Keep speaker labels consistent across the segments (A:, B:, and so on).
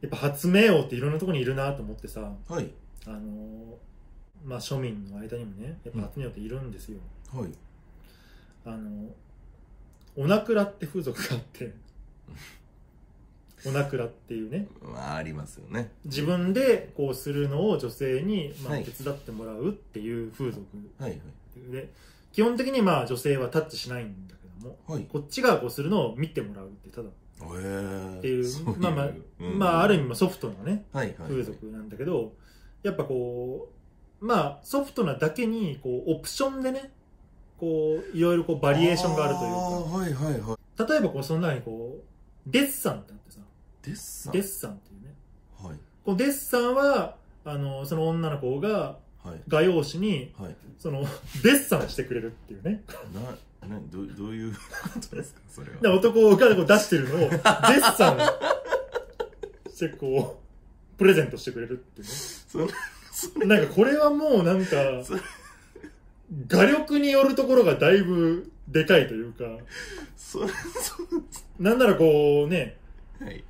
A: やっぱ発明王っていろんなところにいるなと思ってさ、
B: はい
A: あのーまあ、庶民の間にもね、やっぱ発明王っているんですよ。
B: はい
A: あのおなくらって風俗があ って、おなくらっていうね、
B: まあありますよね
A: 自分でこうするのを女性に、まあ、
B: はい
A: 手伝ってもらうっていう風俗
B: はいはい
A: で、基本的にまあ女性はタッチしないんだけども、
B: はい
A: こっちがこうするのを見てもらうって、ただ、
B: えー、
A: っていう
B: そ
A: まあまあ
B: うん
A: まあある意味まあソフトなね、
B: はいはい
A: 風俗なんだけど、やっぱこう、まあソフトなだけに、こうオプションでね、こういろいろこうバリエーションがあるというか、
B: あーはいはいはい
A: 例えばこうその中にこうデッサンってあってさ
B: デッサン
A: デッサンっていうね
B: はい
A: このデッサンはあのその女の子が
B: はい
A: 画用紙に
B: はい
A: そのデッサンしてくれるっていうね
B: ななどどういうことですかそれ
A: で
B: は
A: 男がこう出してるのをデッサンしてこうプレゼントしてくれるっていう
B: それ
A: ねなんかこれはもうなんか
B: そ
A: 画力によるところがだいぶでかいというか
B: それそ
A: なんならこうね
B: れはい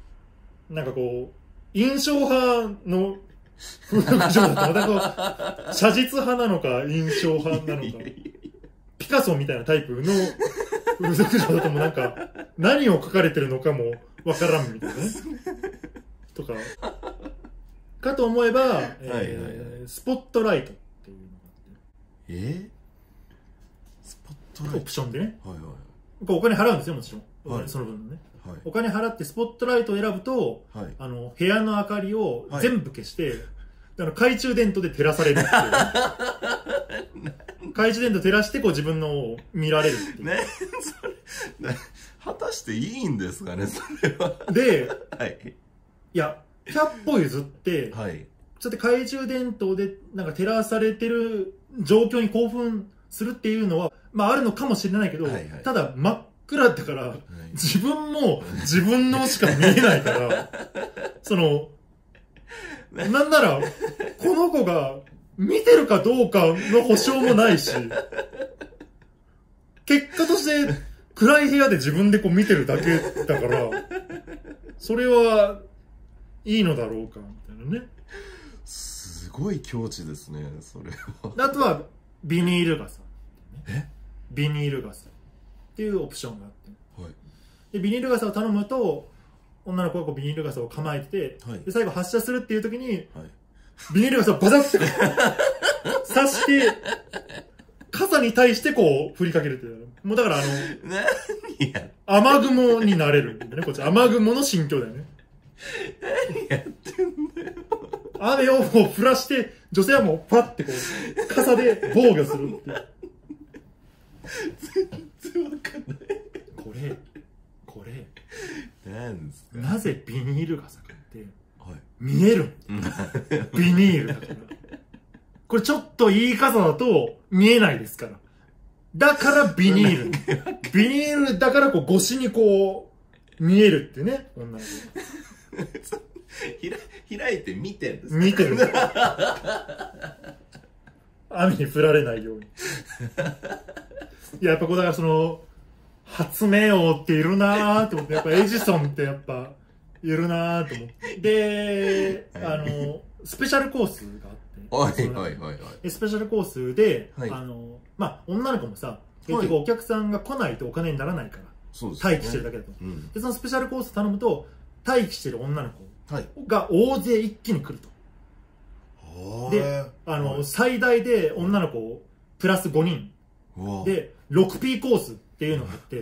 A: なんかこう、印象派の風俗嬢だとまたこう、写実派なのか、印象派なの
B: い
A: か
B: や、いや
A: ピカソみたいなタイプの風俗嬢だともなんか、何を書かれてるのかもわからんみたいなね。とか。かと思えば、
B: はい
A: えースポットライトっていうのが
B: えスポッ
A: あっ
B: ト
A: て、
B: ラ
A: オ
B: イ
A: プションでね。
B: トはいは
A: こうお金払うんですよ、もちろん。お金
B: はい
A: その分のね。
B: いはい
A: お金払ってスポットライトを選ぶと、
B: はい
A: あの、部屋の明かりを
B: はい
A: 全部消して、あの懐中電灯で照らされるっていう。 懐中電灯照らして、こう自分のを見られるっていう。
B: ねそれな果たしていいんですかねそれは
A: で、
B: はい
A: いや、100歩譲って、
B: はい
A: そうやって懐中電灯でなんか照らされてる状況に興奮するっていうのは、まああるのかもしれないけど、
B: はいはい
A: ただ真っ暗だから、
B: はい
A: 自分も自分のしか見えないから、その、なんなら、この子が見てるかどうかの保証もないし、結果として暗い部屋で自分でこう見てるだけだから、それはいいのだろうか、みたいなね。
B: すごい境地ですねそれは
A: あとは、ビニール傘。
B: え
A: ビニール傘っていうオプションがあって。
B: はい
A: でビニール傘を頼むと女の子がこうビニール傘を構えてて、
B: はい
A: で最後発射するっていう時に
B: はい
A: ビニール傘をバザッて刺して傘に対してこう振りかけるっていうもうだからあの
B: 何や
A: 雨雲になれるんだよねこっち雨雲の心境だよね
B: やってんだよ
A: 雨をもう降らして女性はもうパッてこう傘で防御するっていう
B: 全然わかんない
A: これこれ
B: なんですか
A: なぜビニール傘かって
B: はい
A: 見えるん
B: うん
A: ビニールだから。これちょっといい傘だと見えないですから。だからビニール。ビニールだからこう越しにこう、見えるってね、女の子。
B: ひら開いて見てんです
A: 見 てる。雨に降られないように。いや、やっぱこうだからその、発明王っているなーって思って、やっぱエジソンってやっぱ、いるなーって思って。で、あの、スペシャルコースがあって。
B: はいはいはいはい
A: でスペシャルコースで、
B: はい
A: あのまあ、女の子もさ結局お客さんが来ないとお金にならないから、
B: そうですね
A: 待機してるだけだと
B: うん
A: でそのスペシャルコース頼むと待機してる女の子
B: はい
A: が大勢一気に来ると
B: で
A: あの、
B: はい
A: 最大で女の子プラス5人 で 6P コースっていうのがあって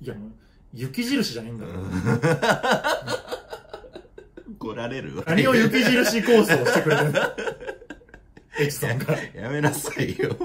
A: いやもう雪印じゃねえんだから
B: 来られるわ
A: 何を雪印コースをしてくれるエジソンが
B: やめなさいよ